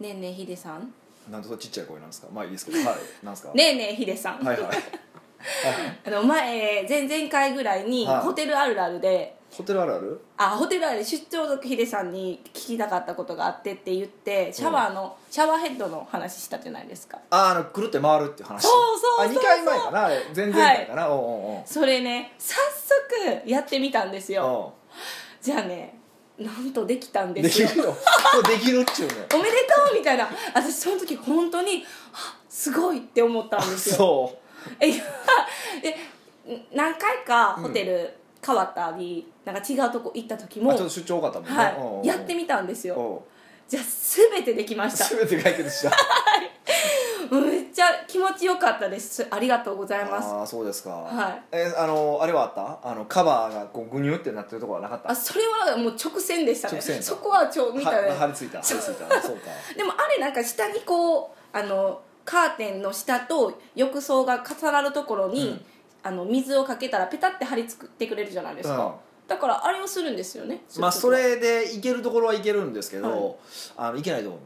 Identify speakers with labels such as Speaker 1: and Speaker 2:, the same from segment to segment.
Speaker 1: ねえねえヒデさん
Speaker 2: なんでそんなちっちゃい声なんですかまあいい ですけどはいなんですか
Speaker 1: ねえねえヒデさん、
Speaker 2: はいはい
Speaker 1: あの前前々回ぐらいに
Speaker 2: はい
Speaker 1: ホテルあるあるで、
Speaker 2: ホテルあるある
Speaker 1: あホテルあるある出張のヒデさんに聞きたかったことがあってって言ってシャワーの、シャワーヘッドの話したじゃないですか
Speaker 2: ああのくるって回るっていう話
Speaker 1: そうそうそうそう
Speaker 2: あ2回前かなあれ前々回かな、おう
Speaker 1: それね早速やってみたんです
Speaker 2: おうお
Speaker 1: よ
Speaker 2: うお
Speaker 1: じゃあねなんとできたん
Speaker 2: う
Speaker 1: で
Speaker 2: ですき
Speaker 1: よ
Speaker 2: るのこれできるっちゅうね
Speaker 1: おめでとうみたいな私その時本当にあすごいって思ったんですよ
Speaker 2: そ
Speaker 1: えいやでん何回かホテル変わったり、なんか違うとこ行った時
Speaker 2: う
Speaker 1: も
Speaker 2: あちょっと出張多かったもんね、
Speaker 1: は
Speaker 2: おうおうおう
Speaker 1: い、やってみたんですよ
Speaker 2: おう
Speaker 1: じゃあ全てできました
Speaker 2: 全て解決した
Speaker 1: もうめっちゃ気持ちよかったですありがとうございます
Speaker 2: ああそうですか
Speaker 1: はい
Speaker 2: えあのあれはあったあのカバーがこうグニュってなってるところはなかった
Speaker 1: あそれはもう直線でしたね
Speaker 2: 直線
Speaker 1: そこはちょみたい
Speaker 2: は張
Speaker 1: な
Speaker 2: り付いた張り付いたそうか
Speaker 1: でもあれなんか下にこうあのカーテンの下と浴槽が重なるところに、
Speaker 2: うん
Speaker 1: あの水をかけたらペタって貼り付ってくれるじゃないですか、
Speaker 2: うん
Speaker 1: だからあれをするんですよね
Speaker 2: まあそ
Speaker 1: そういう
Speaker 2: れでいけるところはいけるんですけど、あのいけないと思う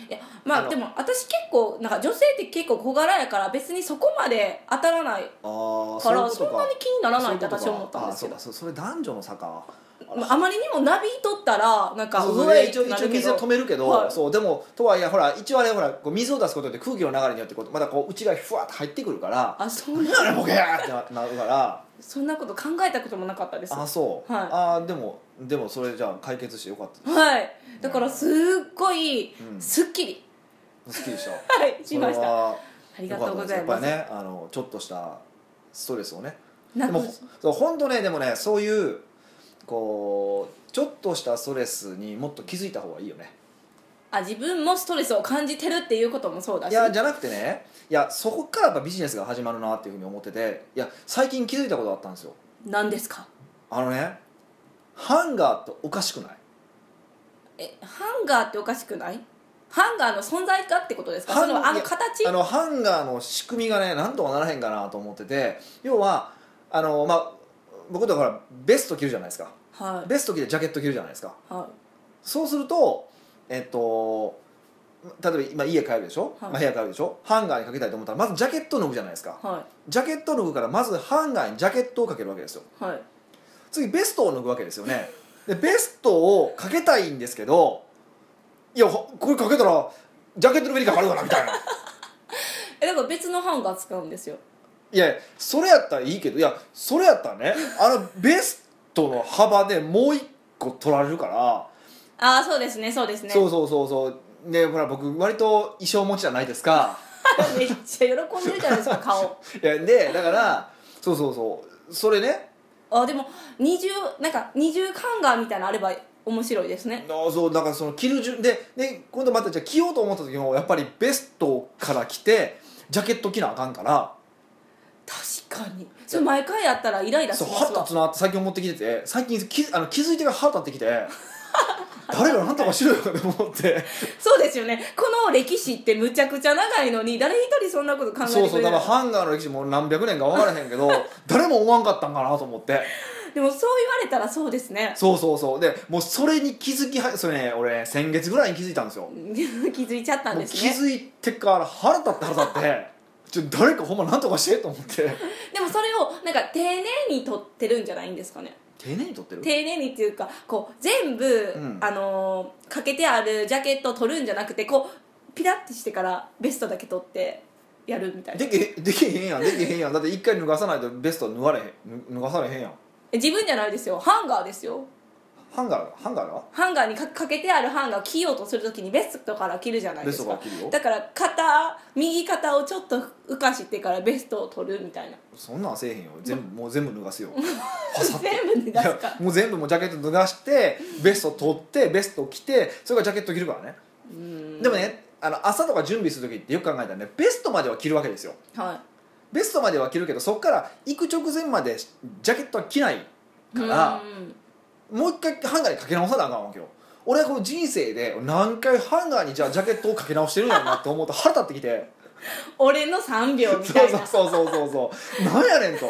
Speaker 1: 時はいやま
Speaker 2: あ
Speaker 1: あ
Speaker 2: の
Speaker 1: でも私結構なんか女性って結構小柄やから別にそこまで当たらない
Speaker 2: ああ
Speaker 1: か
Speaker 2: ういう
Speaker 1: ら
Speaker 2: こ
Speaker 1: そ
Speaker 2: と
Speaker 1: んなに気にならないって私
Speaker 2: そう
Speaker 1: は
Speaker 2: いう
Speaker 1: 思っ
Speaker 2: こと
Speaker 1: たんですけど
Speaker 2: あそうかそそれ男女の差かあら
Speaker 1: まああまりにもなびいとったらなんか
Speaker 2: そううそう
Speaker 1: わい
Speaker 2: 一応
Speaker 1: ってな
Speaker 2: 一
Speaker 1: るけ
Speaker 2: 応
Speaker 1: ど
Speaker 2: 水を止めるけど、
Speaker 1: はい
Speaker 2: そうでもとはいえほら一応あれほらこう水を出すことで空気の流れによってこうまだこう内側にふわっと入ってくるから
Speaker 1: あそんな
Speaker 2: あれボケーってななるから
Speaker 1: そんなこと考えたこともなかったです
Speaker 2: あそう、
Speaker 1: はい
Speaker 2: あーでもでもそれじゃあ解決してよかったで
Speaker 1: はいだからすっごい
Speaker 2: うん
Speaker 1: すっきり、
Speaker 2: すすっきりした
Speaker 1: はい しまし
Speaker 2: それ
Speaker 1: たあ
Speaker 2: は
Speaker 1: りがとうござい
Speaker 2: よか
Speaker 1: ま
Speaker 2: った
Speaker 1: す
Speaker 2: ですやっぱりねあのちょっとしたストレスをね
Speaker 1: な
Speaker 2: で
Speaker 1: く
Speaker 2: もそう本当ねでもねそういうこうちょっとしたストレスにもっと気づいた方がいいよね
Speaker 1: あ自分もストレスを感じてるっていうこともそうだ
Speaker 2: い
Speaker 1: し
Speaker 2: やじゃなくてねいやそこからやっぱビジネスが始まるなっていうふうに思ってていや最近気づいたことがあったんですよ
Speaker 1: 何ですか
Speaker 2: あのねハンガーっておかしくない
Speaker 1: えハンガーっておかしくないハンガーの存在かってことですか
Speaker 2: ハ
Speaker 1: そ
Speaker 2: ン
Speaker 1: のあの形
Speaker 2: あのハンガーの仕組みがねなんとかならへんかなと思ってて要はあのまあ僕とかほらベスト着るじゃないですか
Speaker 1: は
Speaker 2: ベスト着てジャケット着るじゃないですか
Speaker 1: いは
Speaker 2: そうするとえっと例えば今家帰るでしょ、
Speaker 1: はい
Speaker 2: まあ部屋帰るでしょハンガーにかけたいと思ったらまずジャケット脱ぐじゃないですか
Speaker 1: いは
Speaker 2: ジャケット脱ぐからまずハンガーにジャケットをかけるわけですよ
Speaker 1: いはい
Speaker 2: 次ベストを脱ぐわけですよねでベストをかけたいんですけどいやほこれかけたらジャケットの上にかかるかなみたいな
Speaker 1: えだから別のハンガー使うんですよ
Speaker 2: いやそれやったらいいけどいやそれやったらねあのベストの幅でもう一個取られるから
Speaker 1: ああそうですねそうですね
Speaker 2: そうそうそうそうねほら僕割と衣装持ちじゃないですか
Speaker 1: めっちゃ喜んでるじゃないですか顔
Speaker 2: いやでだからそうそうそうそれね
Speaker 1: あでも二重なんか二重ハンガーみたいなのあれば面白いですね
Speaker 2: ああそうだからその着る順でで今度またじゃあ着ようと思った時もやっぱりベストから着てジャケット着なあかんから
Speaker 1: 確かにそれ毎回やったらイライラし
Speaker 2: そう
Speaker 1: ます
Speaker 2: 腹
Speaker 1: わ
Speaker 2: 立つなって最近思ってきてて最近気あの気づいてから腹立ってきて誰が何とかしろよって思って
Speaker 1: そうですよねこの歴史ってむちゃくちゃ長いのに誰一人そんなこと考えてく
Speaker 2: そう
Speaker 1: れ
Speaker 2: そう
Speaker 1: な
Speaker 2: だ
Speaker 1: い
Speaker 2: からハンガーの歴史もう何百年か分からへ んけど誰も思わんかったんかなと思って
Speaker 1: でもそう言われたらそうですね
Speaker 2: そうそうそうでもうそれに気づきはそれね俺ね先月ぐらいに気づいたんですよ
Speaker 1: 気づいちゃったん
Speaker 2: もう
Speaker 1: で
Speaker 2: 気
Speaker 1: すね
Speaker 2: づいてから腹立って腹立ってちょ誰かほんま何とかしてと思って
Speaker 1: でもそれをなんか丁寧に取ってるんじゃないんですかね
Speaker 2: 丁寧に撮ってる
Speaker 1: 丁寧にっていうかこう全部、
Speaker 2: ん
Speaker 1: あのーかけてあるジャケットを取るんじゃなくてこうピラッとしてからベストだけ取ってやるみたいな
Speaker 2: できできへんやんできへんやんだって一回脱がさないとベスト脱がれへん脱脱がされへんやん
Speaker 1: え自分じゃないですよハンガーですよ
Speaker 2: ハンガーがハンガーが
Speaker 1: ハンガーにかかけてあるハンガーを着ようとするときにベストから着るじゃないですか
Speaker 2: ベストから着るよ
Speaker 1: だから肩右肩をちょっと浮かしてからベストを取るみたいな
Speaker 2: そんなんせえへんよ全部もう全部脱がすよ
Speaker 1: 全部脱
Speaker 2: い
Speaker 1: がす
Speaker 2: や
Speaker 1: か
Speaker 2: もう全部もうジャケット脱がしてベスト取ってベスト着てそれからジャケット着るからね
Speaker 1: うん
Speaker 2: でもねあの朝とか準備する時ってよく考えたらねベストまでは着るわけですよ
Speaker 1: は
Speaker 2: ベストまでは着るけどそこから行く直前までジャケットは着ない
Speaker 1: い
Speaker 2: から
Speaker 1: うん
Speaker 2: もう一回ハンガーにかけ直さなあかんわけよ俺はこの人生で何回ハンガーにじゃあジャケットをかけ直してるんやろなって思うと腹立ってきて
Speaker 1: 俺の3秒みた
Speaker 2: そう
Speaker 1: いな
Speaker 2: そうそうそうそうそうなんやねんと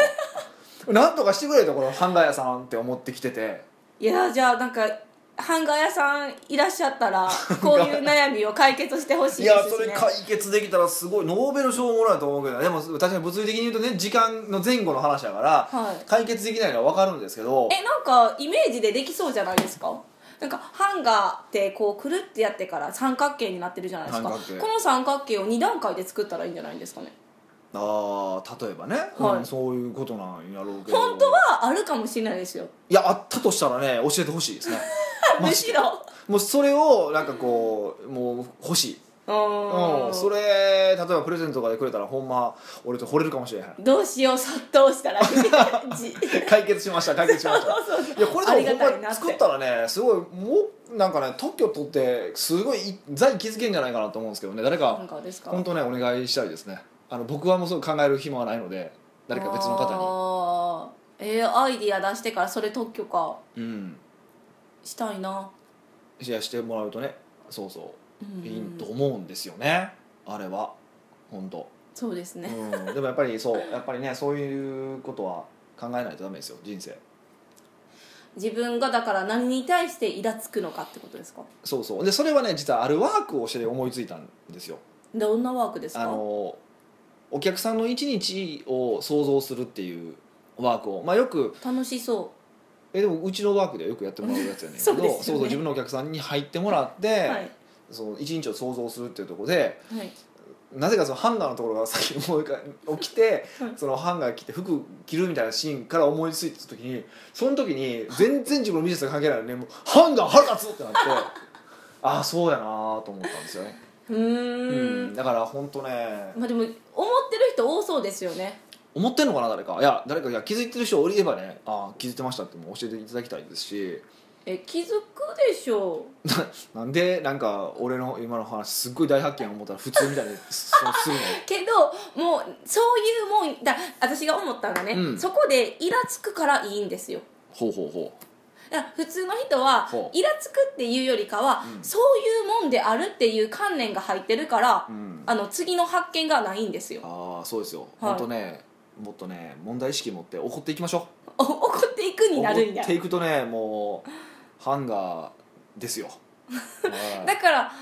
Speaker 2: なんとかしてくれとこのハンガー屋さんって思ってきてて
Speaker 1: いやじゃあなんかハンガー屋さんいらっしゃったらこういう悩みを解決してほしい
Speaker 2: い
Speaker 1: ですね
Speaker 2: やそれ解決できたらすごいノーベル賞もらえると思うけどでも確かに物理的に言うとね時間の前後の話だから、
Speaker 1: はい
Speaker 2: 解決できないのは分かるんですけど
Speaker 1: えなんかイメージでできそうじゃないですかなんかハンガーってこうくるってやってから三角形になってるじゃないですか
Speaker 2: 三角形
Speaker 1: この三角形を2段階で作ったらいいんじゃないんですかね
Speaker 2: あー例えばね、
Speaker 1: はい
Speaker 2: うんそういうことなんやろうけど
Speaker 1: 本当はあるかもしれないですよ
Speaker 2: いやあったとしたらね教えてほしいで すねマ
Speaker 1: む
Speaker 2: ジ
Speaker 1: し
Speaker 2: で
Speaker 1: ろ
Speaker 2: もうそれをなんかこうもう欲しい、
Speaker 1: う
Speaker 2: う
Speaker 1: ー
Speaker 2: ん、
Speaker 1: ん
Speaker 2: それ例えばプレゼントとかでくれたらほんま俺と惚れるかもしれへん
Speaker 1: どうしよう殺到したら じ
Speaker 2: 解決しました解決しました いやこれ
Speaker 1: あ
Speaker 2: で
Speaker 1: り
Speaker 2: も
Speaker 1: が
Speaker 2: ほ
Speaker 1: たいなって
Speaker 2: んま作ったらねすごいもうなんかね特許取ってすごいい財気づけんじゃないかなと思うんですけどね誰
Speaker 1: ハン
Speaker 2: か
Speaker 1: ガーですか
Speaker 2: 本当ねお願いしたいですねあの僕はもうそう考える暇はないので誰か別の方
Speaker 1: 方にえー、アイディア出してからそれ特許化
Speaker 2: にうん
Speaker 1: したいな
Speaker 2: シェアしてもらうとねそうそう
Speaker 1: うん
Speaker 2: いいと思うんですよねあれは本当、
Speaker 1: そうですね、
Speaker 2: うん、でもやっぱりそうやっぱりねそういうことは考えないとダメですよ人生
Speaker 1: 自分がだから何に対してイラつくのかってことですか
Speaker 2: そうそうでそれはね実はあるワークをして思いついたんですよ
Speaker 1: どんなワークですか
Speaker 2: あのお客さんの一日を想像するっていうワークをまあよく
Speaker 1: 楽しそ
Speaker 2: えでもうちのワークではよくやってもらうやつやねんけど
Speaker 1: そうですよね
Speaker 2: そうそう自分のお客さんに入ってもらって、
Speaker 1: うはい
Speaker 2: その一日を想像するっていうところで
Speaker 1: はい
Speaker 2: なぜかそのハンガーのところがさっき思いか起きて
Speaker 1: はい
Speaker 2: そのハンガー着て服着るみたいなシーンから思いついた時にその時に全然自分の美術が関係ないのに、ね、もうハンガー腹立つ ってなってああそうやなと思ったんですよね、
Speaker 1: うーん
Speaker 2: だから本当ね
Speaker 1: まあでも思ってる人多そうですよね
Speaker 2: 思ってんのかな誰かいや誰かいや気づいてる人おりればねああ気づいてましたってもう教えていただきたいですし
Speaker 1: え気づくでしょう
Speaker 2: なんでなんか俺の今の話すっごい大発見を思ったら普通みたいにそうする
Speaker 1: けどもうそういうもんだ私が思ったのがね、
Speaker 2: うん
Speaker 1: そこでイラつくからいいんですよ
Speaker 2: のほうほうほ
Speaker 1: だから普通の人は
Speaker 2: ほう
Speaker 1: イラつくっていうよりかは、
Speaker 2: うん
Speaker 1: そういうもんであるっていう観念が入ってるから、
Speaker 2: ううん
Speaker 1: あの次の発見がないんですよ
Speaker 2: ああそうですよ、
Speaker 1: はい
Speaker 2: ほんとねもっとね問題意識持って怒っていきましょ
Speaker 1: お怒っていく
Speaker 2: う
Speaker 1: になるん
Speaker 2: 怒
Speaker 1: や
Speaker 2: っていくとねもうハンガーです よはい
Speaker 1: だから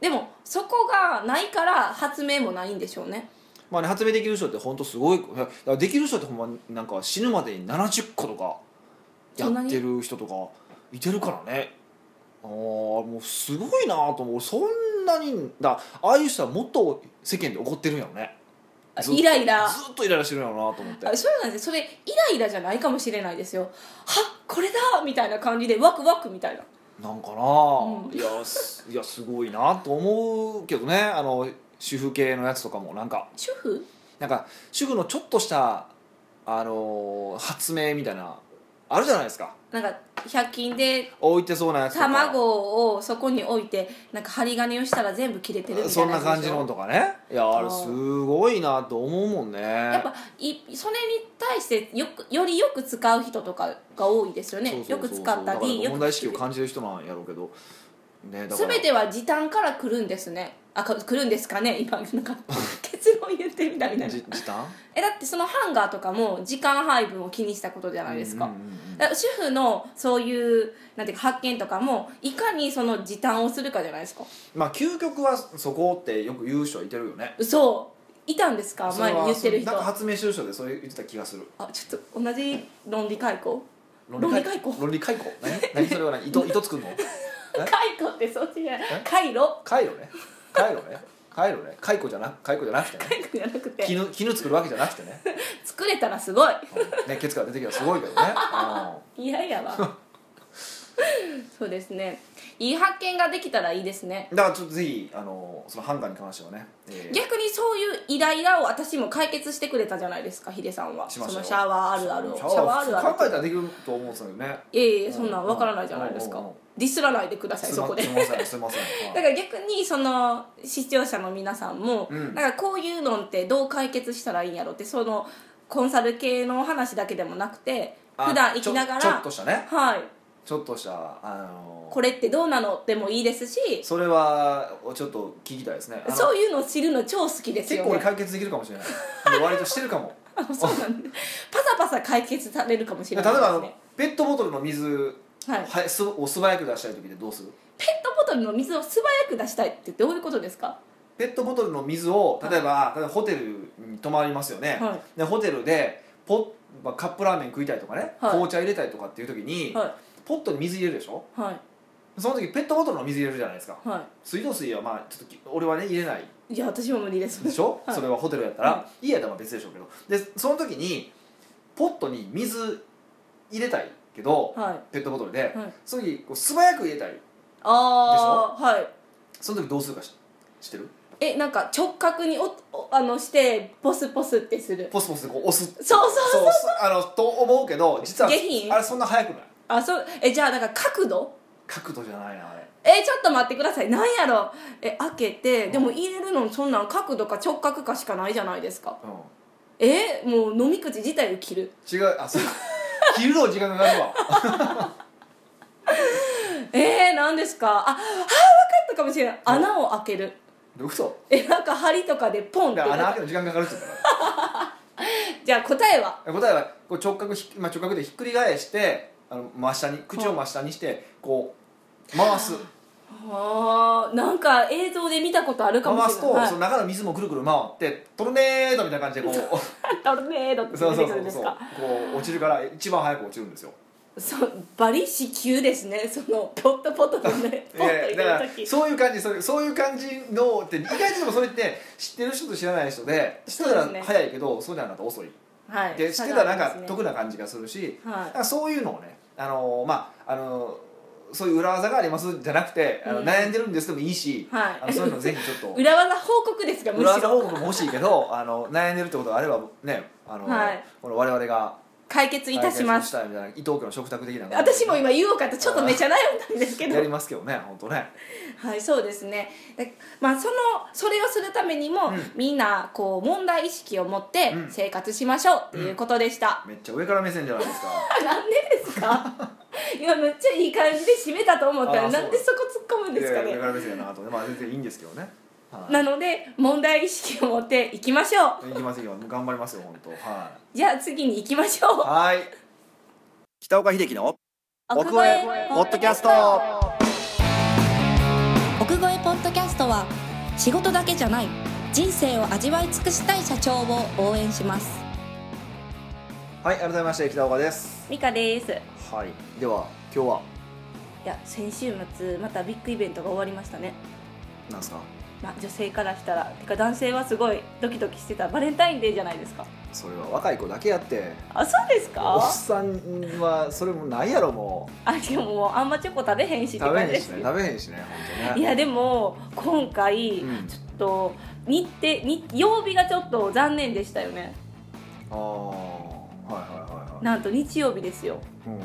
Speaker 1: でもそこがないから発明もないんでしょうね
Speaker 2: まあね発明できる人ってほんとすごいいやだからできる人ってほんまなんか死ぬまでに70個とかや
Speaker 1: そんな
Speaker 2: っ
Speaker 1: に
Speaker 2: てる人とかいてるからねああもうすごいなと思うそんなにだああいう人はもっと世間で怒ってるんやろね
Speaker 1: あ
Speaker 2: ずっと
Speaker 1: イライラ
Speaker 2: ずっとイライラしてるんやろうなと思って
Speaker 1: あそうなんですそれイライラじゃないかもしれないですよはこれだみたいな感じでワクワクみたいな
Speaker 2: なんかな、
Speaker 1: うん
Speaker 2: いやすいやすごいなと思うけどねあの主婦系のやつとかもなんか
Speaker 1: 主婦
Speaker 2: なんか主婦のちょっとしたあのー発明みたいなあるじゃないですか
Speaker 1: なんか100均で
Speaker 2: 置いてそうなやつとか
Speaker 1: 卵をそこに置いてなんか針金をしたら全部切れてるみたいな
Speaker 2: そんな感じのとかねいやあれ
Speaker 1: あー
Speaker 2: すごいなと思うもんね
Speaker 1: やっぱいそれに対してよくよりよく使う人とかが多いですよね
Speaker 2: そうそうそう
Speaker 1: よく使った
Speaker 2: だから
Speaker 1: りよ
Speaker 2: 問題意識を
Speaker 1: く
Speaker 2: 感じる人なんやろうけどねだから
Speaker 1: 全ては時短から来るんですねあか来るんですかね今なんか結論言ってみたみたいな
Speaker 2: じ時短
Speaker 1: えだってそのハンガーとかも時間配分を気にしたことじゃないですか,、
Speaker 2: うんうんうんうん
Speaker 1: 主婦のそういうなんていうか発見とかもいかにその時短をするかじゃないですか
Speaker 2: まあ究極はそこってよく言う人はいてるよね
Speaker 1: 嘘いたんですか
Speaker 2: そ
Speaker 1: 前
Speaker 2: れは
Speaker 1: に言ってる人
Speaker 2: なんか発明してる人でそれ言ってた気がする
Speaker 1: あちょっと同じ論理解雇論理解雇
Speaker 2: 論理解雇何何それは 何糸糸作んのえ
Speaker 1: 解雇ってそっちじゃない
Speaker 2: え
Speaker 1: 回路
Speaker 2: 回路ね回路ね回路ね解雇じゃな解雇じゃなくてね
Speaker 1: 解 雇じゃなくて
Speaker 2: 絹絹作るわけじゃなくてね
Speaker 1: 作れたらすごい
Speaker 2: うんねケツから出てきたらすごいけどね
Speaker 1: 嫌やわそうですねいい発見ができたらいいですね
Speaker 2: うんだからちょっとぜひあのそのハンガーに関してはね、えー
Speaker 1: 逆にそういうイライラを私も解決してくれたじゃないですかヒデさんはそ
Speaker 2: しま
Speaker 1: の
Speaker 2: し
Speaker 1: シ
Speaker 2: たよ
Speaker 1: ャワーあるあるをシ
Speaker 2: シ
Speaker 1: ャ
Speaker 2: ャワ
Speaker 1: ワー
Speaker 2: ー
Speaker 1: あるある
Speaker 2: 考えたらできると思うんですよね
Speaker 1: いえいえそんなん分からないじゃないですか
Speaker 2: うんうんうん
Speaker 1: ディスらないでください
Speaker 2: すい
Speaker 1: そこ
Speaker 2: ま
Speaker 1: で
Speaker 2: せんすいませんすいません
Speaker 1: だ
Speaker 2: は
Speaker 1: か
Speaker 2: い
Speaker 1: ら逆にその視聴者の皆さんも、
Speaker 2: うん
Speaker 1: なんかこういうのってどう解決したらいいんやろってそのコンサル系の話だけでもなくて
Speaker 2: あ
Speaker 1: 普段生きなが
Speaker 2: ちょちょっ
Speaker 1: ら
Speaker 2: としたね
Speaker 1: はい
Speaker 2: ちょっとしたあの
Speaker 1: これってどうなのでもいいですし
Speaker 2: それはちょっと聞きたいですねあの
Speaker 1: そういうのを知るの超好きです
Speaker 2: 結
Speaker 1: よ
Speaker 2: 構俺
Speaker 1: ね
Speaker 2: 解決できるか もしれない割としてるかも
Speaker 1: あそうなんでパサパサ解決されるかもし
Speaker 2: い
Speaker 1: れな
Speaker 2: や例
Speaker 1: い
Speaker 2: え
Speaker 1: で
Speaker 2: ばあ
Speaker 1: す
Speaker 2: の
Speaker 1: ね
Speaker 2: ペットボトルの水
Speaker 1: はい、
Speaker 2: はい、すお素早く出したい時ってどうする
Speaker 1: ペットボトルの水を素早く出したいってどういうことですか
Speaker 2: ペットボトルの水を例えば,、例えばホテルに泊まりますよね、
Speaker 1: は
Speaker 2: でホテルでポッ、まあ、カップラーメン食いたいとかね、
Speaker 1: はい
Speaker 2: 紅茶入れたいとかっていう時に、
Speaker 1: は
Speaker 2: ポットに水入れるでしょ
Speaker 1: いは
Speaker 2: その時ペットボトルの水入れるじゃないですか
Speaker 1: いは
Speaker 2: 水道水はまあちょっとき俺はね入れない
Speaker 1: いいや私は無理です
Speaker 2: でしょ、
Speaker 1: はい
Speaker 2: それはホテルやったら、、
Speaker 1: はい
Speaker 2: 家やったら別でしょうけどでその時にポットに水入れたいけど
Speaker 1: はい
Speaker 2: ペットボトルで、
Speaker 1: はい
Speaker 2: その時こう素早く入れたい
Speaker 1: ああはい
Speaker 2: その時どうするかし知ってる
Speaker 1: えなんか直角におおあのしてポスポスってする
Speaker 2: ポスポスでこう押す
Speaker 1: そうそう
Speaker 2: そうすあのと思うけど実は
Speaker 1: 下品
Speaker 2: あれそんな速くない
Speaker 1: あそうえじゃあなんか角度
Speaker 2: 角度じゃないなあれ
Speaker 1: えちょっと待ってくださいなんやろえ開けてでも入れるのそんなん角度か直角かしかないじゃないですか
Speaker 2: うん
Speaker 1: えもう飲み口自体を切る
Speaker 2: 違うあそう 切るの時間かかるわ
Speaker 1: えー、何ですかああー分かったかもしれない穴を開ける
Speaker 2: どういうこ
Speaker 1: えなんか針とかでポン
Speaker 2: と
Speaker 1: っ
Speaker 2: だ
Speaker 1: て
Speaker 2: から穴開けるの時間かかるって言ったか
Speaker 1: じゃあ答えは
Speaker 2: ら答えはこう直角ひ、まあ、直角でひっくり返してあの真下に口を真下にしてこう回す
Speaker 1: あーなんか映像で見たことあるかも
Speaker 2: 回
Speaker 1: し
Speaker 2: す
Speaker 1: れ
Speaker 2: と、
Speaker 1: ない
Speaker 2: その中の水もぐるぐる回ってトルネードみたいな感じで こう
Speaker 1: トルネードって
Speaker 2: そう
Speaker 1: 出て
Speaker 2: そう
Speaker 1: く
Speaker 2: そ
Speaker 1: るん
Speaker 2: う
Speaker 1: です
Speaker 2: そう
Speaker 1: か
Speaker 2: こう落ちるから一番早く落ちるんですよ
Speaker 1: そうバリ子宮ですねそのポットポットの ねポッ
Speaker 2: え
Speaker 1: ト入れ
Speaker 2: だか
Speaker 1: る
Speaker 2: ら
Speaker 1: 時
Speaker 2: そういう感じそういうそういう感じのって意外とでもそれって知ってる人と知らない人で知ってた
Speaker 1: そうです
Speaker 2: ら
Speaker 1: ね
Speaker 2: 早いけどそうじゃなかったら遅い
Speaker 1: はい
Speaker 2: で知ってたらなん
Speaker 1: 差があ
Speaker 2: か
Speaker 1: りますね
Speaker 2: 得な感じがするし、
Speaker 1: はい
Speaker 2: だからそういうのをねあのーまああのーそういう裏技がありますじゃなくてあの
Speaker 1: うん
Speaker 2: 悩んでるんですでもいいし、
Speaker 1: はい
Speaker 2: あのそういうのぜひち ょっと
Speaker 1: 裏技報告ですがむし
Speaker 2: 裏技
Speaker 1: ろ
Speaker 2: 報告も欲しいけどあの悩んでるってことがあればねあのー、
Speaker 1: はい
Speaker 2: この我々が
Speaker 1: 解決いたします
Speaker 2: 解決したいみたいな伊藤家の食卓的な感じで
Speaker 1: 私も今言おうかとちょっとめちゃ悩んだんですけど
Speaker 2: やりますけどね本当ね
Speaker 1: はいそうですねでまあそのそれをするためにも、
Speaker 2: うん
Speaker 1: みんなこう問題意識を持って
Speaker 2: うん
Speaker 1: 生活しましょうっていうことでした、
Speaker 2: めっちゃ上から目線じゃないです か
Speaker 1: なんでですか 今めっちゃいい感じで締めたと思った
Speaker 2: あ
Speaker 1: ら
Speaker 2: ーそう
Speaker 1: なんでそこ突っ込むんですか
Speaker 2: いやい
Speaker 1: ね
Speaker 2: や上から目線やなとまあ全然いいんですけどね、はい
Speaker 1: なので問題意識を持っていきましょう
Speaker 2: いきますよ頑張りますよ本当は
Speaker 1: じゃあ次に行きましょう
Speaker 2: いはい北岡秀樹の奥越えポッドキャスト
Speaker 1: 奥越えポッドキャストは仕事だけじゃない人生を味わい尽くしたい社長を応援します
Speaker 2: はい改めまして北岡です
Speaker 1: ミカですい
Speaker 2: はいでは今日は
Speaker 1: や先週末またビッグイベントが終わりましたね
Speaker 2: なんですか
Speaker 1: まあ女性からしたらてか男性はすごいドキドキしてたバレンタインデーじゃないですか
Speaker 2: それは若い子だけやって
Speaker 1: あそうです
Speaker 2: おっ
Speaker 1: か
Speaker 2: さんはそれもないやろも
Speaker 1: あでももうあんまチョコ食べへんしっ
Speaker 2: う
Speaker 1: て
Speaker 2: 食べ
Speaker 1: 感
Speaker 2: へ
Speaker 1: じ
Speaker 2: ん
Speaker 1: で
Speaker 2: し
Speaker 1: す
Speaker 2: ね
Speaker 1: よ
Speaker 2: 食べへんしね本当
Speaker 1: い
Speaker 2: ね
Speaker 1: やでも今回、
Speaker 2: うん
Speaker 1: ちょっと日程日曜日がちょっと残念でしたよね
Speaker 2: ああはいはいはいはい
Speaker 1: なんと日曜日ですよ
Speaker 2: うんうん
Speaker 1: い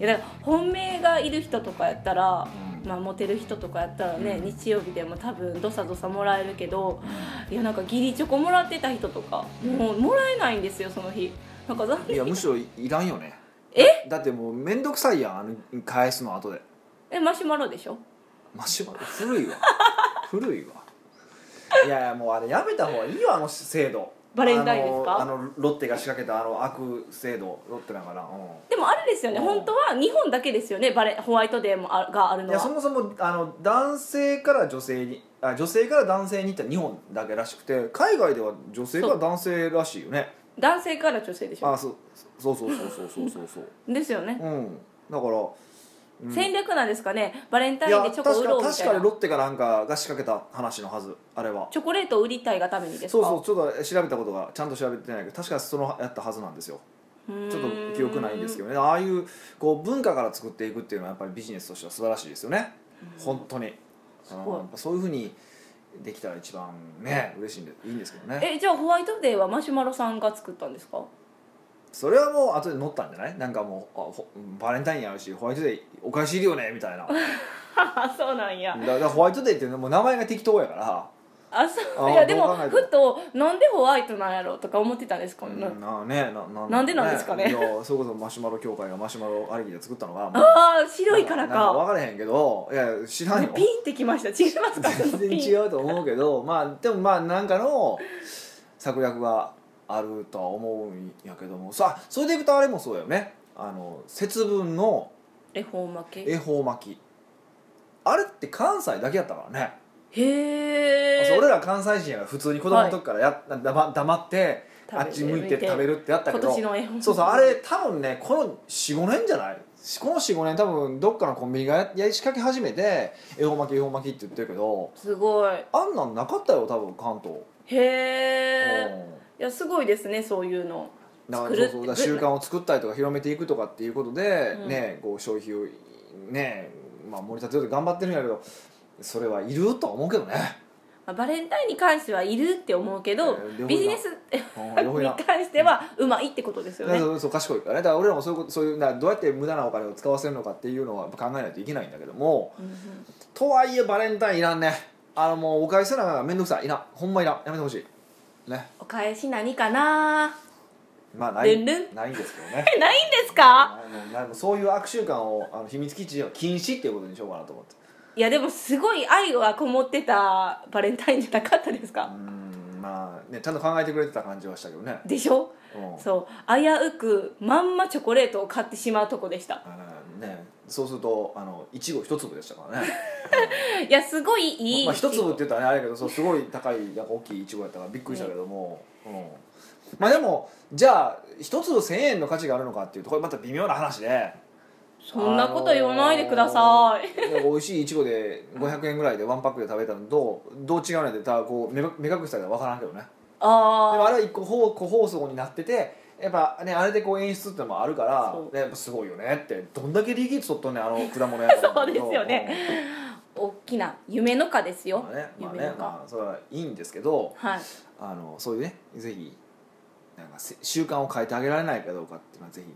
Speaker 1: やだから本命がいる人とかやったら、まあ、モテる人とかやったらね、
Speaker 2: うん
Speaker 1: 日曜日でも多分どさどさもらえるけど
Speaker 2: う
Speaker 1: いやなんか義理チョコもらってた人とかもうもらえないんですよその日なんか残
Speaker 2: んい
Speaker 1: 念
Speaker 2: やむしろいいらんよね
Speaker 1: え
Speaker 2: だってもう面倒くさいやんあの返すの後で
Speaker 1: えマシュマロでしょ
Speaker 2: マシュマロ古い わ古いわいやいやもうあれやめた方がいいよあの制度
Speaker 1: バレンタインですか
Speaker 2: あのあのロッテが仕掛けたあの悪制度ロッテなんかな、う
Speaker 1: でもあれですよね
Speaker 2: うん
Speaker 1: 本当は日本だけですよねバレホワイトデーもあがある
Speaker 2: ん、い
Speaker 1: の
Speaker 2: やそ
Speaker 1: は
Speaker 2: もそもあの男性から女性にあ女性から男性にって日本だけらしくて海外では女性から男性らしいよね
Speaker 1: 男性から女性でしょ
Speaker 2: あそうそうそうそうそうそうそうそう
Speaker 1: ですよね、
Speaker 2: うんだからうん
Speaker 1: 戦略なんですかねバレンタ
Speaker 2: い
Speaker 1: イン
Speaker 2: や
Speaker 1: でチョコ
Speaker 2: 確か
Speaker 1: 売ろ
Speaker 2: 確
Speaker 1: うみた
Speaker 2: か
Speaker 1: い
Speaker 2: に
Speaker 1: な
Speaker 2: ロッテかなんかが仕掛けた話のはずあれは
Speaker 1: チョコレートを売りたいがためにです
Speaker 2: そう
Speaker 1: か
Speaker 2: そうちょっと調べたことがちゃんと調べてないけど確かそのやったはずなんですよ
Speaker 1: ち
Speaker 2: ちょっと記憶ないんですけどねああいうこう文化から作っていくっていうのはやっぱりビジネスとしては素晴らしいですよね本当にあ
Speaker 1: ごい
Speaker 2: のやっぱそういうふうにできたら一番ね嬉しいんでいいんですけどね
Speaker 1: えじゃあホワイトデーはマシュマロさんが作ったんですか
Speaker 2: それはもう後で乗ったんじゃないなんかもうあほバレンタインやるしホワイトデーお返しいるよね みたいなだ
Speaker 1: そうなんや
Speaker 2: だからホワイトデーっていうのはもう名前が適当やから
Speaker 1: あそう
Speaker 2: あ
Speaker 1: いやでも
Speaker 2: どう考えても
Speaker 1: ふとなんでホワイトなんやろとか思ってたんですか、
Speaker 2: うん
Speaker 1: な
Speaker 2: なねなな
Speaker 1: なんでなんですかね
Speaker 2: いやそれこそマシュマロ協会がマシュマロありきで作ったの がもう
Speaker 1: ああ白いから
Speaker 2: なんか分
Speaker 1: か
Speaker 2: からへんけどいや知らんよ
Speaker 1: ピンってきました違いますか
Speaker 2: 全然
Speaker 1: ピン
Speaker 2: 違うと思うけどまあでもまあなんかの策略があるとは思うんやけどもさそれでいくとあれもそうだよねあの節分の
Speaker 1: 恵方巻き
Speaker 2: 恵方巻きあれって関西だけやったからね、
Speaker 1: へえ
Speaker 2: そう俺ら関西人やから普通に子供の時からや、黙黙ってあっち向いて食べ
Speaker 1: る
Speaker 2: るってあったけ
Speaker 1: 今
Speaker 2: ど
Speaker 1: 年の恵方巻き
Speaker 2: そうそうあれ多分ねこの45年じゃないこの45年多分どっかのコンビニがややり仕掛け始めて恵方巻き恵方巻きって言ってるけど
Speaker 1: すごい
Speaker 2: あんなんなかったよ多分関東、
Speaker 1: へえ
Speaker 2: うん
Speaker 1: いやすごいですねそういうの
Speaker 2: だか
Speaker 1: 作
Speaker 2: ら
Speaker 1: る
Speaker 2: そうそうだから習慣を作ったりとか広めていくとかっていうことで、
Speaker 1: うん
Speaker 2: ねこう消費をねまあ、盛り立てようと頑張ってるんやけどそれはいるとは思うけどね、
Speaker 1: まあバレンタインに関してはいるって思うけど、
Speaker 2: えー両方いらん
Speaker 1: ビジネス
Speaker 2: うん、よほ
Speaker 1: に
Speaker 2: や
Speaker 1: 関してはうまいってことですよ
Speaker 2: だか
Speaker 1: ね
Speaker 2: らそうそう賢いからねだから俺らもそういうことそういうだからどうやって無駄なお金を使わせるのかっていうのはやっぱ考えないといけないんだけども
Speaker 1: うんうん
Speaker 2: とはいえバレンタインいらんねあのもうお返しせなあかんからめんどくさいいらんほんまいらんやめてほしいね
Speaker 1: お返し何かな
Speaker 2: まあない
Speaker 1: ルンルン
Speaker 2: ないんですけどね
Speaker 1: えないんですか
Speaker 2: もうなもうそういう悪習慣をあの秘密基地では禁止っていうことにしようかなと思って
Speaker 1: いやでもすごい愛はこもってたバレンタインじゃなかったです
Speaker 2: う
Speaker 1: か、
Speaker 2: んまあねちゃんと考えてくれてた感じはしたけどね、
Speaker 1: でしょ
Speaker 2: うん、
Speaker 1: そう危うくまんまチョコレートを買ってしまうとこでした
Speaker 2: あのねそうするとあのいちご一粒でしたからね
Speaker 1: いやすごい いい、
Speaker 2: まあ、一粒って言ったらねあれやけどそうすごい高いなんか大きいいちごやったからびっくりしたけども、うん、まあでもじゃあ一粒1000円の価値があるのかっていうとこれまた微妙な話で
Speaker 1: そんなこと言わないでください、
Speaker 2: い、あのー美味しいいちごで500円ぐらいでワンパックで食べたのとどう違うねんってただこう目目隠したら分からんけどねでも
Speaker 1: あ
Speaker 2: あれは一個個個包装になっててやっぱねあれでこう演出ってのもあるから
Speaker 1: そう、
Speaker 2: ね、やっぱすごいよねってどんだけ利益率取っとんねん あの果物やから
Speaker 1: そうですよねあ大きな夢の花です
Speaker 2: うん
Speaker 1: よ、
Speaker 2: まあねまあ
Speaker 1: 夢
Speaker 2: ね
Speaker 1: の、花、
Speaker 2: まあ、それはいいんですけど
Speaker 1: はい
Speaker 2: あのそういうねぜひなんかせ習慣を変えてあげられないかどうかっていうのはぜひ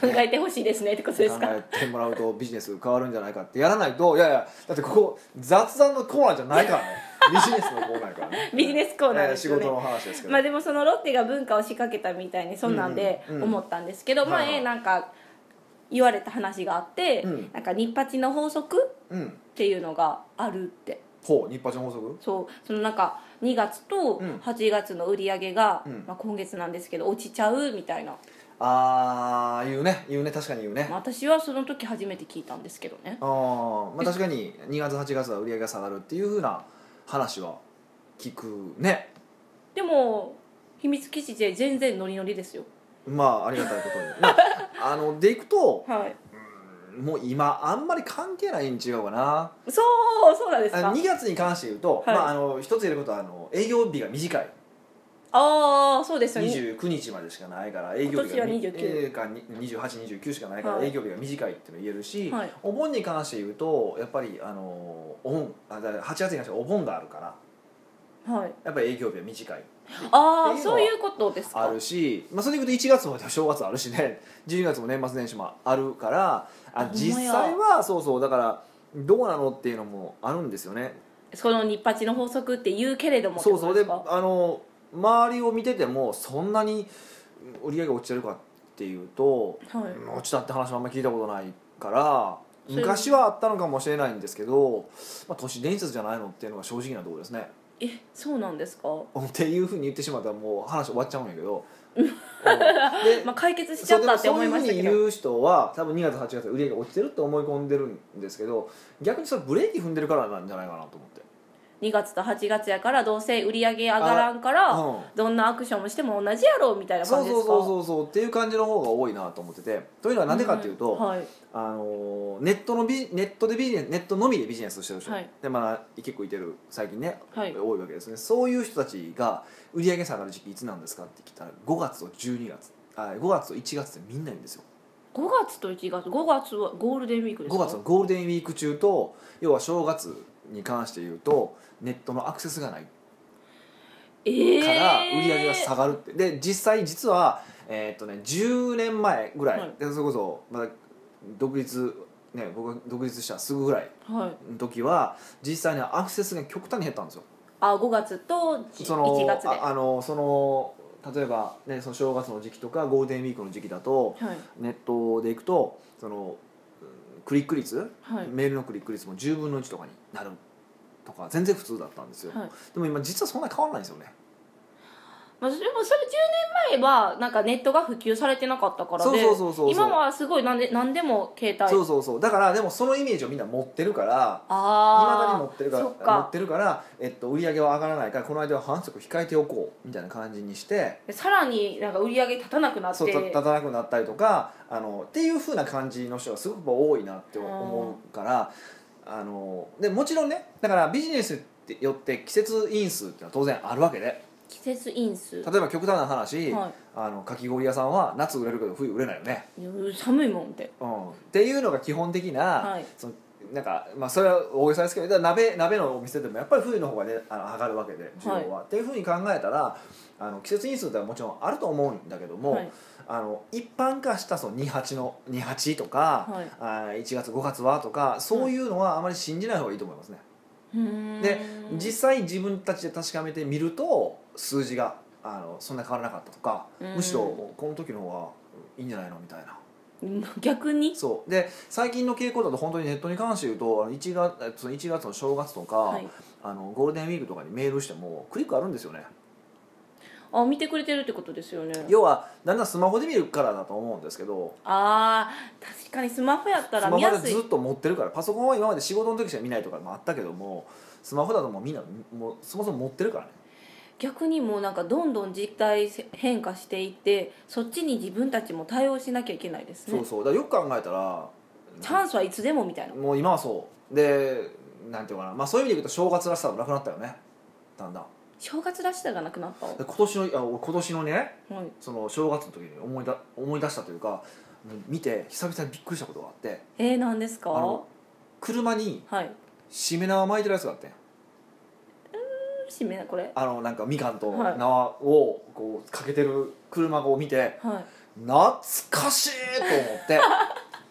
Speaker 1: 考えてほしいですねってことです
Speaker 2: 考
Speaker 1: か
Speaker 2: えてもらうとビジネス変わるんじゃないかってやらないといやいやだってここ雑談のコーナーじゃないからね ビジネスのコーナーやからね
Speaker 1: ビジネスコーナーですよね
Speaker 2: え仕事の話ですけど、
Speaker 1: まあでもそのロッテが文化を仕掛けたみたいにそんなんで
Speaker 2: うんうんうん
Speaker 1: 思ったんですけど、
Speaker 2: はいはい
Speaker 1: 前なんか言われた話があって、
Speaker 2: うん
Speaker 1: なんか日八の法則
Speaker 2: うん
Speaker 1: っていうのがあるって
Speaker 2: ほう日八の法則
Speaker 1: そうそのなんか2月と
Speaker 2: うん
Speaker 1: 8月の売り上げが、
Speaker 2: うん
Speaker 1: まあ、今月なんですけど落ちちゃうみたいな、
Speaker 2: ああ言うね言うね確かに言うね
Speaker 1: まあ、私はその時初めて聞いたんですけどね
Speaker 2: あー、まあ、確かに2月8月は売り上げが下がるっていうふうな話は聞くね
Speaker 1: でも秘密基地で全然ノリノリですよ
Speaker 2: まあありがたいことに、ま あ、あのでいくと
Speaker 1: はい
Speaker 2: もう今あんまり関係ないに違うかな
Speaker 1: そうそうなんです
Speaker 2: あ
Speaker 1: か
Speaker 2: の2月に関して言うと、
Speaker 1: はい
Speaker 2: まあ、あの一つ言えることはあの営業日が短い
Speaker 1: ああそうですよね
Speaker 2: 29日までしかないから営業日
Speaker 1: 今年は
Speaker 2: が
Speaker 1: 29
Speaker 2: えーか2829しかないから
Speaker 1: はい
Speaker 2: 営業日が短いっていうの言えるし、
Speaker 1: はい
Speaker 2: お盆に関して言うとやっぱりあのお盆あだから8月に関してはお盆があるから
Speaker 1: はい
Speaker 2: やっぱり営業日は短い
Speaker 1: あ
Speaker 2: って
Speaker 1: あ
Speaker 2: いうのは
Speaker 1: そういうことですか
Speaker 2: あるし、まあ、それでいくと1月も正月あるしね12月 も年末年始もあるからあ
Speaker 1: ほん
Speaker 2: 実
Speaker 1: まや
Speaker 2: 際はそうそうだからどうなのっていうのもあるんですよね
Speaker 1: その日八の法則って言うけれども
Speaker 2: そうそう
Speaker 1: って
Speaker 2: で
Speaker 1: ことすか
Speaker 2: あの周りを見ててもそんなに売り上げが落ちてるかっていうと、
Speaker 1: はい
Speaker 2: うん落ちたって話はあんまり聞いたことないから
Speaker 1: そういう
Speaker 2: 昔はあったのかもしれないんですけど、まあ、都市伝説じゃないのっていうのが正直なところですね。
Speaker 1: えそうなんですか
Speaker 2: っていうふうに言ってしまったらもう話終わっちゃうんやけ ど。うんで
Speaker 1: まあ解決しちゃ
Speaker 2: そ
Speaker 1: っ
Speaker 2: うで
Speaker 1: た
Speaker 2: も
Speaker 1: って
Speaker 2: そう
Speaker 1: 思
Speaker 2: い
Speaker 1: いう
Speaker 2: ふ
Speaker 1: ま
Speaker 2: う
Speaker 1: した
Speaker 2: に
Speaker 1: け
Speaker 2: 言
Speaker 1: ど
Speaker 2: う人は多分2月8月売り上げ落ちてるって思い込んでるんですけど逆にそれブレーキ踏んでるからなんじゃないかなと思って
Speaker 1: 2月と8月やからどうせ売り上げ上がらんから
Speaker 2: うん
Speaker 1: どんなアクションもしても同じやろうみたいな
Speaker 2: そ
Speaker 1: 感
Speaker 2: う
Speaker 1: じで
Speaker 2: そう
Speaker 1: すか
Speaker 2: そう
Speaker 1: う
Speaker 2: そうそうっていう感じの方が多いなと思っててというのはなんでかっていうと、
Speaker 1: んはい
Speaker 2: あのーネットのビネットでビジネスネットのみでビジネスをしてる人、
Speaker 1: はい
Speaker 2: でまあ結構いてる最近ね、
Speaker 1: はい
Speaker 2: 多いわけですねそういう人たちが売り上げ下がる時期いつなんですかって聞いたら5月と12月あ5月と1月ってみんな言うんですよ
Speaker 1: 5月と1月5月はゴールデンウィークです
Speaker 2: 5
Speaker 1: か
Speaker 2: 月のゴールデンウィーク中と要は正月に関して言うとネットのアクセスがない
Speaker 1: ええ
Speaker 2: から売り上げが下
Speaker 1: が
Speaker 2: がるって、で実際実はえーっとね10年前ぐらい、
Speaker 1: はい
Speaker 2: でそれこそまだ独立ね僕が独立したすぐぐらい
Speaker 1: はい
Speaker 2: の時は実際にアクセスが極端に減ったんですよ
Speaker 1: あ5月と
Speaker 2: その
Speaker 1: 1月で
Speaker 2: ああのその例えば、ね、その正月の時期とかゴールデンウィークの時期だと
Speaker 1: はい
Speaker 2: ネットでいくとそのうんクリック率、
Speaker 1: はい
Speaker 2: メールのクリック率も10分の1とかになるとか全然普通だったんですよ、
Speaker 1: はい
Speaker 2: でも今実はそんなに変わらないんですよね
Speaker 1: まあ、でもそれ10年前はなんかネットが普及されてなかったからで
Speaker 2: そうそうそうそうそう
Speaker 1: 今はすごい何で何でも携帯
Speaker 2: そうそうそうだからでもそのイメージをみんな持ってるからいまだに
Speaker 1: あ
Speaker 2: 持
Speaker 1: あ
Speaker 2: ってるから
Speaker 1: そっ
Speaker 2: 持っ
Speaker 1: か
Speaker 2: てるから、えっと、売り上げは上がらないからこの間は反則控えておこうみたいな感じにして
Speaker 1: さらになんか売り上げ立たなくなって
Speaker 2: そうた立たなくなったりとかあのっていう風な感じの人がすごく多いなって思うから、あのでもちろんねだからビジネスってよって季節因数ってのは当然あるわけで
Speaker 1: 季節因数
Speaker 2: 例えば極端な話、
Speaker 1: は
Speaker 2: あのかき氷屋さんは夏売れるけど冬売れないよね。
Speaker 1: いや寒いもんって
Speaker 2: うん、っていうのが基本的な、
Speaker 1: はい
Speaker 2: そのなんかまあそれは大げさですけどだから鍋鍋のお店でもやっぱり冬の方がねあの上がるわけで需要は、っていうふうに考えたらあの季節因数ってのはもちろんあると思うんだけども、
Speaker 1: はい
Speaker 2: あの一般化したその28の28とか、
Speaker 1: はい
Speaker 2: あー1月5月はとかそういうのはあまり信じない方がいいと思いますね。
Speaker 1: うーん
Speaker 2: で実際自分たちで確かめてみると数字があのそんな変わらなかったとか、
Speaker 1: うん
Speaker 2: むしろこの時の方がいいんじゃないのみたいな。
Speaker 1: 逆に
Speaker 2: そうで最近の傾向だと本当にネットに関して言うとあの1月その1月の正月とか、
Speaker 1: はい
Speaker 2: あのゴールデンウィークとかにメールしてもクリックあるんですよね
Speaker 1: あ見てくれてるってことですよね
Speaker 2: 要はだんだんスマホで見るからだと思うんですけど
Speaker 1: あー確かにスマホやった
Speaker 2: ス
Speaker 1: ら
Speaker 2: マ
Speaker 1: 見
Speaker 2: ホ
Speaker 1: や
Speaker 2: です
Speaker 1: い
Speaker 2: ずっと持ってるからパソコンは今まで仕事の時しか見ないとかもあったけどもスマホだともうみんなもうそもそも持ってるからね
Speaker 1: 逆にもうなんかどんどん実態変化していってそっちに自分たちも対応しなきゃいけないです
Speaker 2: そ
Speaker 1: ね
Speaker 2: うそうだからよく考えたら
Speaker 1: チャンスはいつでもみたいな
Speaker 2: もう今はそうでなんていうのかな、まあ、そういう意味でいくと正月らしさもなくなったよねだんだん
Speaker 1: 正月らしさがなくなったわ
Speaker 2: で今年のいや俺今年のね
Speaker 1: はい
Speaker 2: その正月の時に思いだ思い出したというか見て久々にびっくりしたことがあって
Speaker 1: えー、何ですか
Speaker 2: あ
Speaker 1: は
Speaker 2: の車に
Speaker 1: い
Speaker 2: しめ縄巻いてるやつがあってん
Speaker 1: 締めなこれ
Speaker 2: あのなんかみかんと
Speaker 1: はい
Speaker 2: 縄をこうかけてる車を見て
Speaker 1: は
Speaker 2: 懐かしいと思 って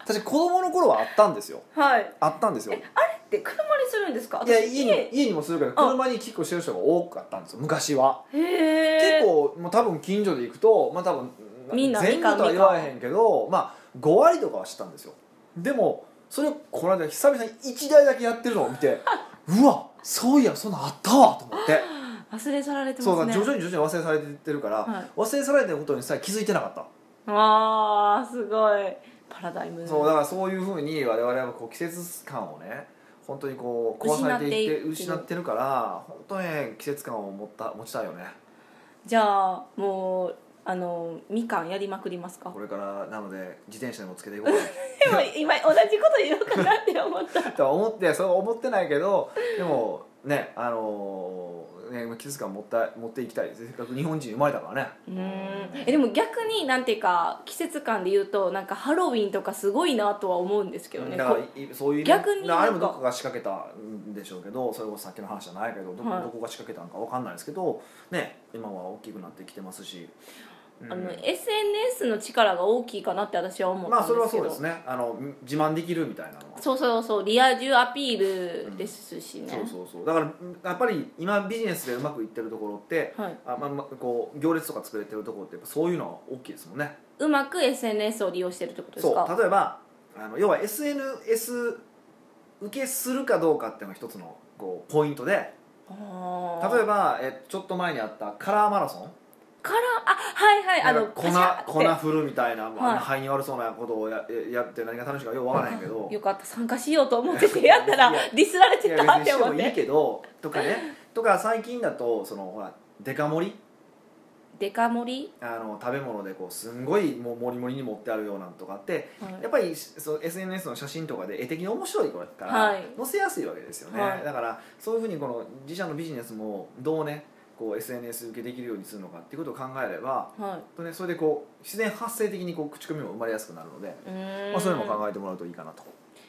Speaker 2: 私子供の頃はあったんですよ
Speaker 1: いはい
Speaker 2: あったんですよい
Speaker 1: で車にするんですか
Speaker 2: や
Speaker 1: 私
Speaker 2: 家に家にもするけど
Speaker 1: あ
Speaker 2: 車にキックしてる人が多かったんですよ昔は
Speaker 1: へえ
Speaker 2: 結構もう多分近所で行くとまあ多分
Speaker 1: みんな
Speaker 2: 全部とは
Speaker 1: み
Speaker 2: 言
Speaker 1: かん
Speaker 2: わへんけどまあ5割とかは知ったんですよでもそれをこの間久々に1台だけやってるのを見 てうわそういやそんなんあったわと思って
Speaker 1: 忘れ去られて
Speaker 2: そう
Speaker 1: ま
Speaker 2: だ
Speaker 1: すね
Speaker 2: 徐々に徐々に忘れされてってるから、
Speaker 1: はい
Speaker 2: 忘れされてることにさえ気づいてなかった、
Speaker 1: あーすごいパラダイム
Speaker 2: そうだからそういうふうに我々はこう季節感をね本当にこう壊されていって
Speaker 1: 失
Speaker 2: 失
Speaker 1: っ
Speaker 2: っててるから本当ね季節感を持った持ちたいよね
Speaker 1: じゃあもうあのみかんやりまくりますか
Speaker 2: これからなので自転車にもつけていこうかな
Speaker 1: でも今同じこと言おうかなって思った
Speaker 2: とは思ってそう思ってないけどでもねあのーね季節感持った持っていきたいせっかく日本人生まれたからね
Speaker 1: うーんえでも逆になんていうか季節感で言うとなんかハロウィンとかすごいなとは思うんですけどね
Speaker 2: だから
Speaker 1: こ
Speaker 2: いそういうね
Speaker 1: 逆になんか
Speaker 2: あれもどこかが仕掛けたんでしょうけどそれこそさっきの話じゃないけどど,、
Speaker 1: はい
Speaker 2: どこが仕掛けたのかわかんないですけどね今は大きくなってきてますし、うん
Speaker 1: あの SNS の力が大きいかなって私は思った
Speaker 2: まあ
Speaker 1: んですけ
Speaker 2: そ
Speaker 1: ど、
Speaker 2: れはそうですねあの自慢できるみたいなのは
Speaker 1: そうそうそうリア充アピールですしね、
Speaker 2: そうそうそうだからやっぱり今ビジネスでうまくいってるところって
Speaker 1: はい、
Speaker 2: あ、まあまあ、こう行列とか作れてるところってやっぱそういうのは大きいですもんね
Speaker 1: うまく SNS を利用してるってことです
Speaker 2: そ
Speaker 1: か
Speaker 2: う例えばあの要は SNS 受けするかどうかっていうのが一つのこうポイントで
Speaker 1: あー
Speaker 2: 例えばえちょっと前にあったカラーマラソン
Speaker 1: からあはいはいあの
Speaker 2: 粉粉振るみたいな、まあ
Speaker 1: はい
Speaker 2: 肺に悪そうなことをややって何が楽しいかよくわからないけど
Speaker 1: よかった参加しようと思っててやったら
Speaker 2: いや
Speaker 1: ディスられ
Speaker 2: い
Speaker 1: て
Speaker 2: や
Speaker 1: たっ
Speaker 2: 別に
Speaker 1: て
Speaker 2: して
Speaker 1: 思
Speaker 2: も
Speaker 1: っ
Speaker 2: いい
Speaker 1: て
Speaker 2: けどとかねとか最近だとそのほらデカ盛り
Speaker 1: デカ盛り、
Speaker 2: あの食べ物でこうすんごいもう盛り盛りに持ってあるようなんとかって
Speaker 1: はい
Speaker 2: やっぱりそう SNS の写真とかで絵的に面白いから、
Speaker 1: はい
Speaker 2: 載せやすいわけですよね、
Speaker 1: はい
Speaker 2: だからそういうふうにこの自社のビジネスもどうねこう SNS 受けできるようにするのかっていうことを考えれば
Speaker 1: はい
Speaker 2: と、ね、それでこう自然発生的にこう口コミも生まれやすくなるので、
Speaker 1: うーん
Speaker 2: まあ、そういうのも考えてもらうといいかなと、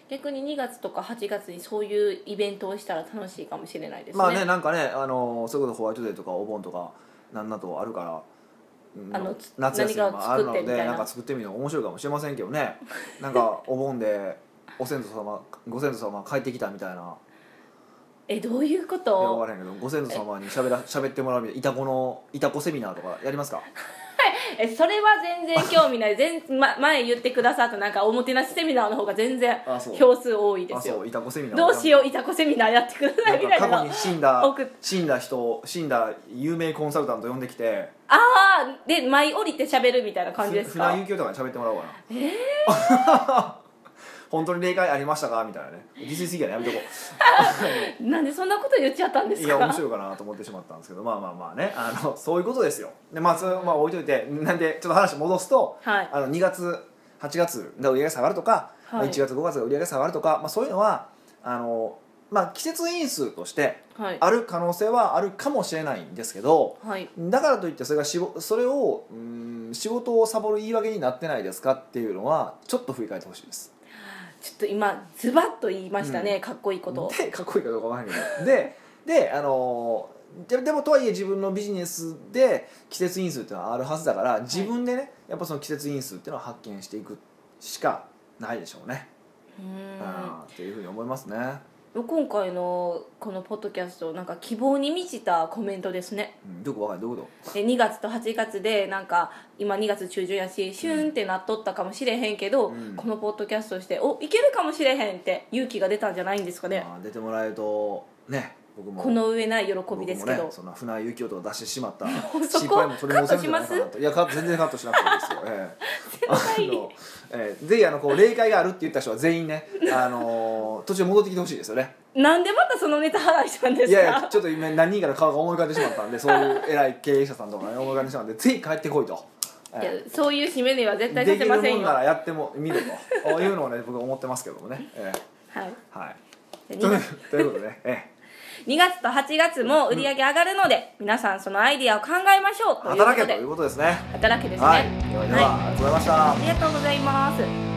Speaker 1: 逆に2月とか8月にそういうイベントをしたら楽しいかもしれないですね,、
Speaker 2: まあねなんかねあのそれこそホワイトデーとかお盆とかなんなとあるから。うん
Speaker 1: あの
Speaker 2: 夏休みもあるの
Speaker 1: 何かを作ってみたい
Speaker 2: で
Speaker 1: な
Speaker 2: なんか作ってみるの面白いかもしれませんけどねなんかお盆でお先祖様ご先祖様帰ってきたみたいな
Speaker 1: えどういうこ
Speaker 2: いや分か
Speaker 1: と
Speaker 2: らへんけどご先祖様にしゃべらしゃべってもらうみたいないたこのいたこセミナーとかやりますか
Speaker 1: えそれは全然興味ない全、ま、前言ってくださったなんかおもてなしセミナーの方が全然
Speaker 2: あそう
Speaker 1: 票数多いで
Speaker 2: あ
Speaker 1: す
Speaker 2: そ
Speaker 1: よ
Speaker 2: うイタコセミナー
Speaker 1: どうしよういたこセミナーやってくださ
Speaker 2: ない
Speaker 1: み
Speaker 2: ん
Speaker 1: た
Speaker 2: か
Speaker 1: いなの
Speaker 2: 過去に死んだ
Speaker 1: 送っ
Speaker 2: 死んだ人を死んだ有名コンサルタント呼んできて
Speaker 1: ああで舞い降りて喋るみたいな感じです
Speaker 2: ふ船
Speaker 1: か
Speaker 2: 井由紀夫とかに喋ってもらおうかなええ 本当に霊界ありましたかみたいなねディスりすぎやねやめとこ
Speaker 1: なんでそんなこと言っちゃったんで
Speaker 2: う
Speaker 1: す
Speaker 2: い
Speaker 1: か
Speaker 2: や面白いかなと思ってしまったんですけどまあまあまあねあのそういうことですよでまあそれはまあ置いといてなんでちょっと話戻すと、
Speaker 1: はい
Speaker 2: あの2月8月が売り上げ下がるとか、まあ
Speaker 1: はい
Speaker 2: 1月5月が売り上げ下がるとか、まあ、そういうのはあの、まあ、季節因数として
Speaker 1: はい
Speaker 2: ある可能性はあるかもしれないんですけど、
Speaker 1: はい
Speaker 2: だからといってそれがしごそれをうーん仕事をサボる言い訳になってないですかっていうのはちょっと振り返ってほしいです
Speaker 1: ちょっと今ズバッと言いましたね、かっこいいことを
Speaker 2: でかっこいいかどうかわからないけ どでであのーででもとはいえ自分のビジネスで季節因数っていうのはあるはずだから自分でね、やっぱその季節因数っていうのを発見していくしかないでしょうね、
Speaker 1: うーん
Speaker 2: あーっていうふうに思いますね
Speaker 1: 今回のこのポッドキャストなんか希望に満ちたコメントですね
Speaker 2: うんよくわかるどういうこ
Speaker 1: で2月と8月でなんか今2月中旬やしシュンってなっとったかもしれへんけど、
Speaker 2: うん
Speaker 1: このポッドキャストしておいけるかもしれへんって勇気が出たんじゃないんですか
Speaker 2: と、
Speaker 1: ね
Speaker 2: まあ出てもらえるとね僕も
Speaker 1: この上ない喜びですけ
Speaker 2: 僕
Speaker 1: ど、
Speaker 2: もね、そんな船井幸男とか出してしまった
Speaker 1: そこ
Speaker 2: 失敗も取り戻せるんじゃないかなといやカ全然カットしなくていいですよ、 ええ、
Speaker 1: 全然いい
Speaker 2: あの、ええ、ぜひあのこう霊界があるって言った人は全員ね、あのー途中戻ってきてほしいですよね
Speaker 1: なんでまたそのネタ話したんですか
Speaker 2: いやいやちょっと今何人かの顔が思い浮かんでしまったんでそういう偉い経営者さんとかね思い浮かんでしまったんでぜひ帰ってこいと、え
Speaker 1: いや
Speaker 2: え
Speaker 1: そういう締めには絶対さ
Speaker 2: で
Speaker 1: せ
Speaker 2: きる
Speaker 1: ませ
Speaker 2: も
Speaker 1: ん
Speaker 2: ん
Speaker 1: よ
Speaker 2: な
Speaker 1: は
Speaker 2: らやってもみるとこういうのをね僕は思ってますけどもね、ええ、
Speaker 1: い
Speaker 2: はい
Speaker 1: 2
Speaker 2: という
Speaker 1: 月
Speaker 2: ということでね、ええ、
Speaker 1: 2月と8月も売り上げ上がるので、皆さんそのアイディアを考えましょうというこ
Speaker 2: 働
Speaker 1: と
Speaker 2: けとい
Speaker 1: で
Speaker 2: うことですね
Speaker 1: 働けですね
Speaker 2: はいではでは、ありがとうございました、
Speaker 1: ありがとうございます